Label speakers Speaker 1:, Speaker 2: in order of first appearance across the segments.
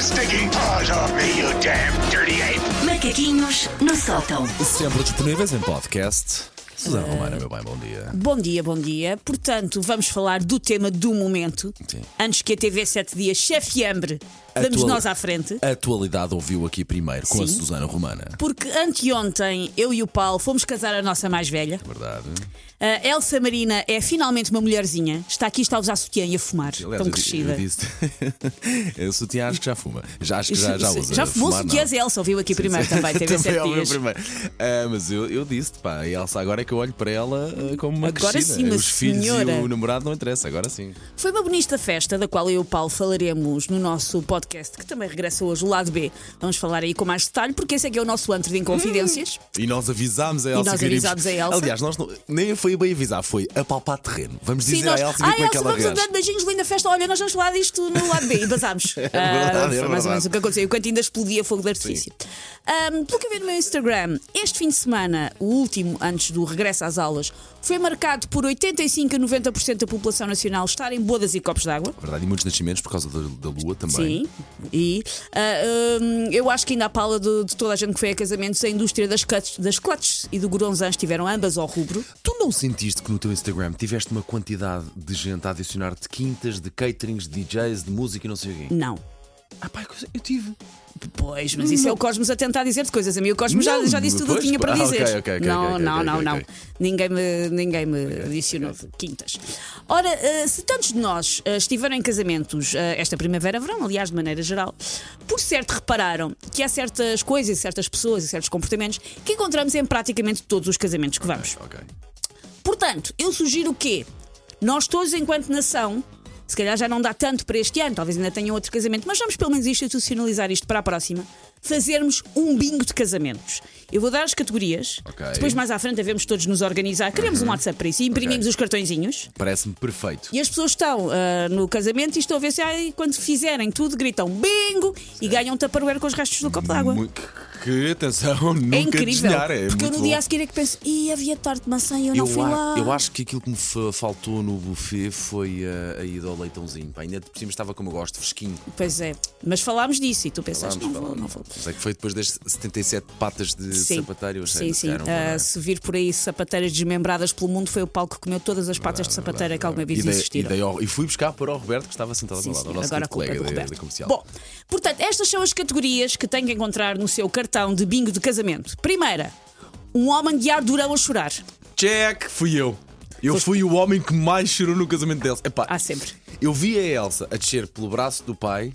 Speaker 1: stinking paws off me, you damn dirty ape!
Speaker 2: Macaquinhos no sótão.
Speaker 3: Sempre disponíveis em podcast.
Speaker 4: É.
Speaker 3: Susana Romana, meu bem, bom dia.
Speaker 4: Bom dia, bom dia. Portanto, vamos falar do tema do momento.
Speaker 3: Sim.
Speaker 4: Antes que a TV 7 dias chefe Ambre, vamos
Speaker 3: Atual-
Speaker 4: nós à frente.
Speaker 3: A atualidade ouviu aqui primeiro com a
Speaker 4: Sim.
Speaker 3: Susana Romana.
Speaker 4: Porque anteontem eu e o Paulo fomos casar a nossa mais velha.
Speaker 3: Verdade.
Speaker 4: A Elsa Marina é finalmente uma mulherzinha. Está aqui, está a usar sutiã e a fumar.
Speaker 3: Aliás,
Speaker 4: Tão
Speaker 3: eu di-
Speaker 4: crescida.
Speaker 3: Eu disse. eu sutiã acho que já fuma. Já acho que já, já
Speaker 4: Isso-
Speaker 3: usa.
Speaker 4: já fumou
Speaker 3: Fumar,
Speaker 4: sutiãs,
Speaker 3: não.
Speaker 4: a Elsa ouviu aqui primeiro também, TV 7
Speaker 3: ouviu
Speaker 4: dias.
Speaker 3: primeiro. Ah, mas eu, eu disse-te, pá, a Elsa, agora é que eu olho para ela ah, como uma
Speaker 4: Agora
Speaker 3: crescida.
Speaker 4: sim, uma
Speaker 3: Os filhos e
Speaker 4: senhora.
Speaker 3: o namorado não interessa, agora sim.
Speaker 4: Foi uma bonita festa, da qual eu e o Paulo falaremos no nosso podcast, que também regressa hoje, o lado B. Vamos falar aí com mais detalhe, porque esse é que é o nosso
Speaker 3: Hum.
Speaker 4: antro de Inconfidências.
Speaker 3: E nós avisámos a Elsa.
Speaker 4: nós
Speaker 3: que iríamos-
Speaker 4: avisámos a Elsa.
Speaker 3: Aliás, nós não- nem foi bem avisar, foi apalpar terreno. Vamos dizer
Speaker 4: nós.
Speaker 3: à Elsa e ver como
Speaker 4: ah,
Speaker 3: é que
Speaker 4: Elsa,
Speaker 3: ela
Speaker 4: vamos
Speaker 3: reage.
Speaker 4: andando, beijinhos, linda festa. Olha, nós vamos falar disto no lado B e basámos.
Speaker 3: É verdade,
Speaker 4: Ah,
Speaker 3: é
Speaker 4: foi mais
Speaker 3: verdade.
Speaker 4: ou menos o que aconteceu. O canto ainda explodia fogo de artifício. Ahm, pelo que eu vi no meu Instagram, este fim de semana, o último antes do regresso às aulas, foi marcado por 85 a 90% da população nacional estar em bodas e copos d'água.
Speaker 3: Verdade, e muitos nascimentos por causa da, da lua também.
Speaker 4: Sim, e ah, hum, eu acho que ainda a pala de, de toda a gente que foi a casamentos, a indústria das cuts, das clutches e do Goronzan estiveram ambas ao rubro.
Speaker 3: Tu não sentiste que no teu Instagram tiveste uma quantidade de gente a adicionar de quintas, de caterings, de DJs, de música e não sei o quê?
Speaker 4: Não.
Speaker 3: Ah,
Speaker 4: é
Speaker 3: pá, eu- eu tive.
Speaker 4: Pois, mas isso é o Cosmos a tentar dizer de coisas a mim. O Cosmos já,
Speaker 3: Hum. Não,
Speaker 4: já disse tudo o que
Speaker 3: pois,
Speaker 4: tinha para
Speaker 3: ah,
Speaker 4: dizer.
Speaker 3: ok, ok, ok,
Speaker 4: não,
Speaker 3: ok, ok,
Speaker 4: não,
Speaker 3: ok,
Speaker 4: não,
Speaker 3: ok.
Speaker 4: não. Ninguém me, ninguém me adicionou de quintas. Ora, eh, se tantos de nós eh, estiveram em casamentos eh, esta primavera, verão, aliás, de maneira geral, por certo repararam que há certas coisas, certas pessoas e certos comportamentos que encontramos em praticamente todos os casamentos que vamos.
Speaker 3: Ok.
Speaker 4: Portanto, eu sugiro o quê? Nós todos, enquanto nação, se calhar já não dá tanto para este ano, talvez ainda tenha outro casamento, mas vamos pelo menos institucionalizar isto para a próxima. Fazermos um bingo de casamentos. Eu vou dar as categorias,
Speaker 3: Ok. Uhum.
Speaker 4: depois mais à frente devemos todos nos organizar. Queremos um WhatsApp para isso e imprimimos
Speaker 3: Ok.
Speaker 4: os cartõezinhos.
Speaker 3: Parece-me perfeito.
Speaker 4: E as pessoas estão ah, no casamento e estão a ver se ai, quando fizerem tudo gritam bingo e ganham taparoeira com os restos do copo d'água.
Speaker 3: Mu- que- Que atenção, nunca
Speaker 4: É incrível.
Speaker 3: desdenhar, é
Speaker 4: porque eu
Speaker 3: muito
Speaker 4: no
Speaker 3: bom.
Speaker 4: dia a seguir é que penso, e havia tarde de maçã e eu, não fui
Speaker 3: a-
Speaker 4: lá.
Speaker 3: eu acho que aquilo que me fa- faltou no buffet foi a, a ida ao leitãozinho. Pá, ainda por cima estava como eu gosto, fresquinho.
Speaker 4: Pois é, mas falámos disso e tu pensaste,
Speaker 3: Vamos
Speaker 4: não vou,
Speaker 3: falar.
Speaker 4: não vou.
Speaker 3: Sei que foi depois das 77 patas de sapateiro. Eu achei,
Speaker 4: sim, sim.
Speaker 3: "Ah, não vou, não
Speaker 4: Ah,
Speaker 3: é?"
Speaker 4: se vir por aí sapateiras desmembradas pelo mundo, foi o palco que comeu todas as patas de sapateira que alguma vez
Speaker 3: E dei- E,
Speaker 4: existiram.
Speaker 3: dei ao- e fui buscar para o Roberto que estava sentado ao
Speaker 4: Sim,
Speaker 3: meu lado,
Speaker 4: senhor.
Speaker 3: o nosso
Speaker 4: Agora a
Speaker 3: querido
Speaker 4: culpa é
Speaker 3: colega
Speaker 4: do
Speaker 3: da- da,
Speaker 4: Roberto.
Speaker 3: comercial.
Speaker 4: Bom, portanto, estas são as categorias que tem que encontrar no seu cartão de bingo de casamento. Primeira, um homem de ar durão a chorar.
Speaker 3: check, fui eu. Eu fui o homem que mais chorou no casamento dela. Epá,
Speaker 4: Há sempre.
Speaker 3: Eu vi a Elsa a descer pelo braço do pai.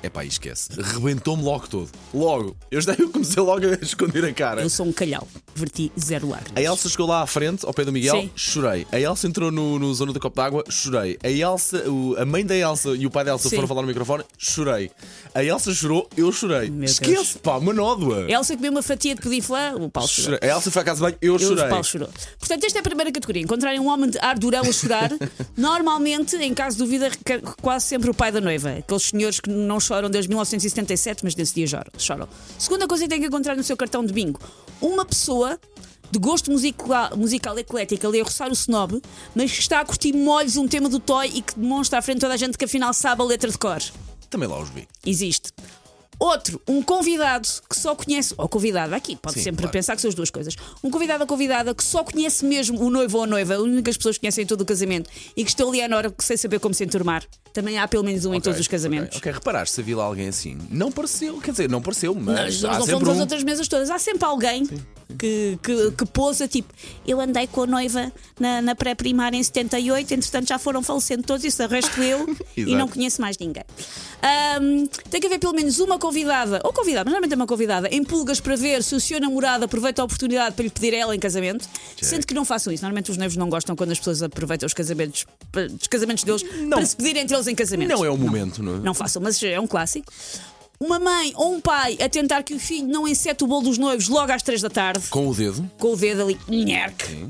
Speaker 3: Epá, e esquece. Rebentou-me logo todo. Logo. Eu já eu comecei logo a esconder a cara.
Speaker 4: Eu sou um calhau, verti zero lágrimas.
Speaker 3: A Elsa chegou lá à frente, ao pé do Miguel,
Speaker 4: Sim.
Speaker 3: chorei. A Elsa entrou no, no zona do copo d'água, chorei. A Elsa, o- a mãe da Elsa e o pai da Elsa
Speaker 4: Sim.
Speaker 3: foram falar no microfone, chorei. A Elsa chorou, eu chorei.
Speaker 4: Meu Deus.
Speaker 3: esquece, pá, uma nódoa.
Speaker 4: Elsa comeu uma fatia de pudim flan, o Paulo chorou.
Speaker 3: Chorei. A Elsa foi à casa de banho, eu,
Speaker 4: Eu,
Speaker 3: chorei.
Speaker 4: o Paulo chorou. Portanto, esta é a primeira categoria. Encontrarem um homem de ar durão a chorar, normalmente, em caso de dúvida, requer- quase sempre o pai da noiva. Aqueles senhores que não choram desde 1977, mas nesse dia jor- choram. Segunda coisa que tem que encontrar no seu cartão de bingo: uma pessoa. De gosto musical, musical eclético, ali a roçar o snob, mas que está a curtir molhos um tema do Toy e que demonstra à frente de toda a gente que afinal sabe a letra de cor.
Speaker 3: Também lá os vi.
Speaker 4: Existe. Outro, um convidado que só conhece. Ou convidada aqui, pode
Speaker 3: Sim,
Speaker 4: sempre
Speaker 3: claro.
Speaker 4: pensar que são as duas coisas. Um convidado ou convidada que só conhece mesmo o noivo ou a noiva, as únicas pessoas que conhecem em todo o casamento e que estão ali à hora sem saber como se enturmar. Também há pelo menos um em
Speaker 3: Ok,
Speaker 4: todos os casamentos.
Speaker 3: Ok, ok. reparaste se havia lá alguém assim. Não pareceu, quer dizer, não pareceu, mas.
Speaker 4: Nós, nós
Speaker 3: há
Speaker 4: não
Speaker 3: sempre
Speaker 4: fomos às
Speaker 3: um.
Speaker 4: outras mesas todas. Há sempre alguém que, que, que pousa, tipo, eu andei com a noiva na, na pré-primária em 78, entretanto já foram falecendo todos, isso arresto eu e não
Speaker 3: Exato.
Speaker 4: conheço mais ninguém. Ahm, tem que haver pelo menos uma convidada, ou convidada, mas normalmente é uma convidada, em pulgas para ver se o seu namorado aproveita a oportunidade para lhe pedir ela em casamento, sendo que não façam isso. Normalmente os noivos não gostam quando as pessoas aproveitam os casamentos, pa- os casamentos deles para se pedir entre eles em casamento.
Speaker 3: Não é o momento, não, é?
Speaker 4: Não façam, mas é um clássico. Uma mãe ou um pai a tentar que o filho não ensete o bolo dos noivos logo às três da tarde,
Speaker 3: Com o dedo.
Speaker 4: com o dedo ali, nherque.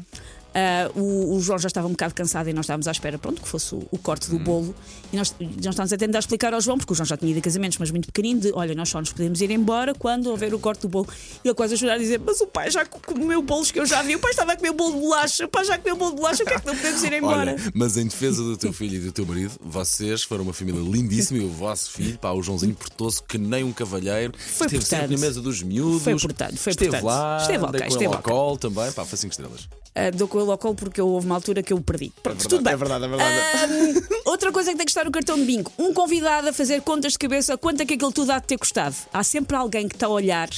Speaker 4: Ah, o, o João já estava um bocado cansado e nós estávamos à espera, pronto, que fosse o, o corte do bolo. E nós, e nós estávamos a tentar explicar ao João, porque o João já tinha ido a casamentos, mas muito pequenino, de olha, nós só nos podemos ir embora quando houver o corte do bolo. E ele quase a chorar e dizer: Mas o pai já co- comeu bolos que eu já vi, o pai estava a comer bolo de bolacha, o pai já comeu bolo de bolacha, o que é que não podemos ir embora?
Speaker 3: Olha, mas em defesa do teu filho e do teu marido, vocês foram uma família lindíssima e o vosso filho, pá, o Joãozinho, portou-se que nem um cavalheiro.
Speaker 4: Foi
Speaker 3: esteve
Speaker 4: portado.
Speaker 3: sempre na mesa dos miúdos.
Speaker 4: Foi portado, foi
Speaker 3: esteve
Speaker 4: portado.
Speaker 3: lá,
Speaker 4: Esteve
Speaker 3: andei
Speaker 4: ok,
Speaker 3: com
Speaker 4: esteve
Speaker 3: ele ao
Speaker 4: ok.
Speaker 3: colo também, pá, foi 5 estrelas.
Speaker 4: Ah, dou com ele ao colo porque eu- houve uma altura que eu o perdi. Pronto, tudo bem.
Speaker 3: é verdade, é verdade.
Speaker 4: Ahm, outra coisa que tem que estar no cartão de bingo: um convidado a fazer contas de cabeça, quanto é que aquilo tudo há de ter custado? Há sempre alguém que está a olhar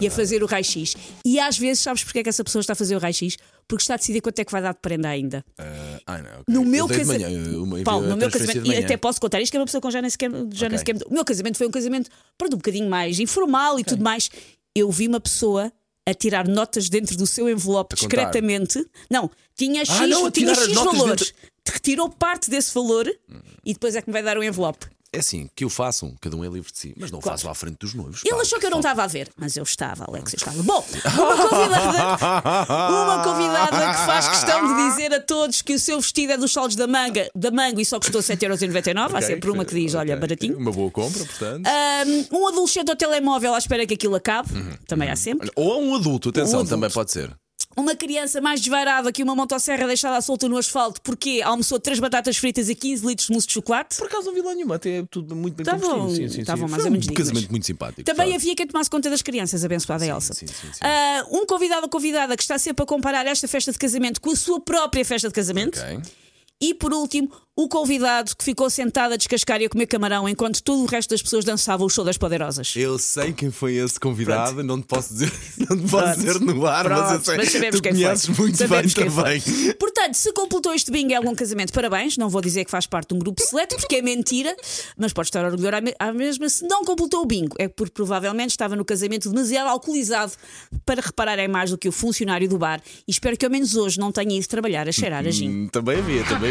Speaker 4: e a fazer o raio-x. E às vezes, sabes porque é que essa pessoa está a fazer o raio-x? Porque está a decidir quanto é que vai dar de prenda ainda.
Speaker 3: Ah, ai, não, ok.
Speaker 4: No
Speaker 3: Eu
Speaker 4: meu
Speaker 3: dei de manhã,
Speaker 4: casamento.
Speaker 3: uma-
Speaker 4: Paulo,
Speaker 3: a
Speaker 4: no meu
Speaker 3: transferência
Speaker 4: casamento.
Speaker 3: de
Speaker 4: E
Speaker 3: manhã.
Speaker 4: até posso contar isto, que é uma pessoa com já nem sequer. Já
Speaker 3: Ok.
Speaker 4: nem sequer me- o meu casamento foi um casamento, pronto, um bocadinho mais informal e tudo mais. Eu vi uma pessoa a tirar notas dentro do seu envelope
Speaker 3: A contar. Ah,
Speaker 4: discretamente. Não, tinha X,
Speaker 3: não, a
Speaker 4: tinha
Speaker 3: tirar as
Speaker 4: X
Speaker 3: notas
Speaker 4: valor.
Speaker 3: dentro- Hum.
Speaker 4: Retirou parte desse valor e depois é que me vai dar o envelope.
Speaker 3: É assim, que eu façam, cada um é livre de si, mas não o faço à frente dos noivos.
Speaker 4: Ele achou que eu não estava a ver, mas eu estava, Alex, eu estava. Bom, uma convidada, uma convidada que faz questão de dizer a todos que o seu vestido é dos saldos da manga, da manga e só custou 7,99€. Há sempre uma que diz, olha, baratinho.
Speaker 3: Uma boa compra, portanto.
Speaker 4: Um, um adolescente ao telemóvel à espera que aquilo acabe,
Speaker 3: Uhum.
Speaker 4: também há sempre.
Speaker 3: Ou a um adulto, atenção,
Speaker 4: adulto.
Speaker 3: também pode ser.
Speaker 4: Uma criança mais desvairada que uma motosserra deixada à solta no asfalto porque almoçou três batatas fritas e 15 litros de mousse de chocolate.
Speaker 5: Por acaso não vi lá nenhuma, até é tudo muito bem
Speaker 4: Estavam-
Speaker 5: composto. Sim, sim, sim.
Speaker 4: estavam mais
Speaker 3: Foi
Speaker 4: ou menos
Speaker 3: um
Speaker 4: dignas.
Speaker 3: casamento muito simpático.
Speaker 4: Também
Speaker 3: de facto.
Speaker 4: havia quem tomasse conta das crianças, abençoada Elsa.
Speaker 3: sim, sim, sim.
Speaker 4: Ah, um convidado ou convidada que está sempre a comparar esta festa de casamento com a sua própria festa de casamento.
Speaker 3: Ok.
Speaker 4: E por último, o convidado que ficou sentado a descascar e a comer camarão enquanto todo o resto das pessoas dançavam o show das poderosas.
Speaker 3: Eu sei quem foi esse convidado, não te posso dizer, não te
Speaker 4: Pronto.
Speaker 3: posso dizer no ar, mas eu
Speaker 4: Pronto,
Speaker 3: sei.
Speaker 4: mas sabemos
Speaker 3: tu
Speaker 4: quem foi.
Speaker 3: conheces muito
Speaker 4: Sabemos
Speaker 3: bem
Speaker 4: quem foi.
Speaker 3: também.
Speaker 4: Portanto, se completou este bingo e algum casamento, parabéns. Não vou dizer que faz parte de um grupo seleto, porque é mentira, mas pode estar orgulhoso à me- à mesma. Se não completou o bingo, é porque provavelmente estava no casamento demasiado alcoolizado para reparar em mais do que o funcionário do bar. E espero que ao menos hoje não tenha ido trabalhar a cheirar a gin.
Speaker 3: Hum, Também havia, também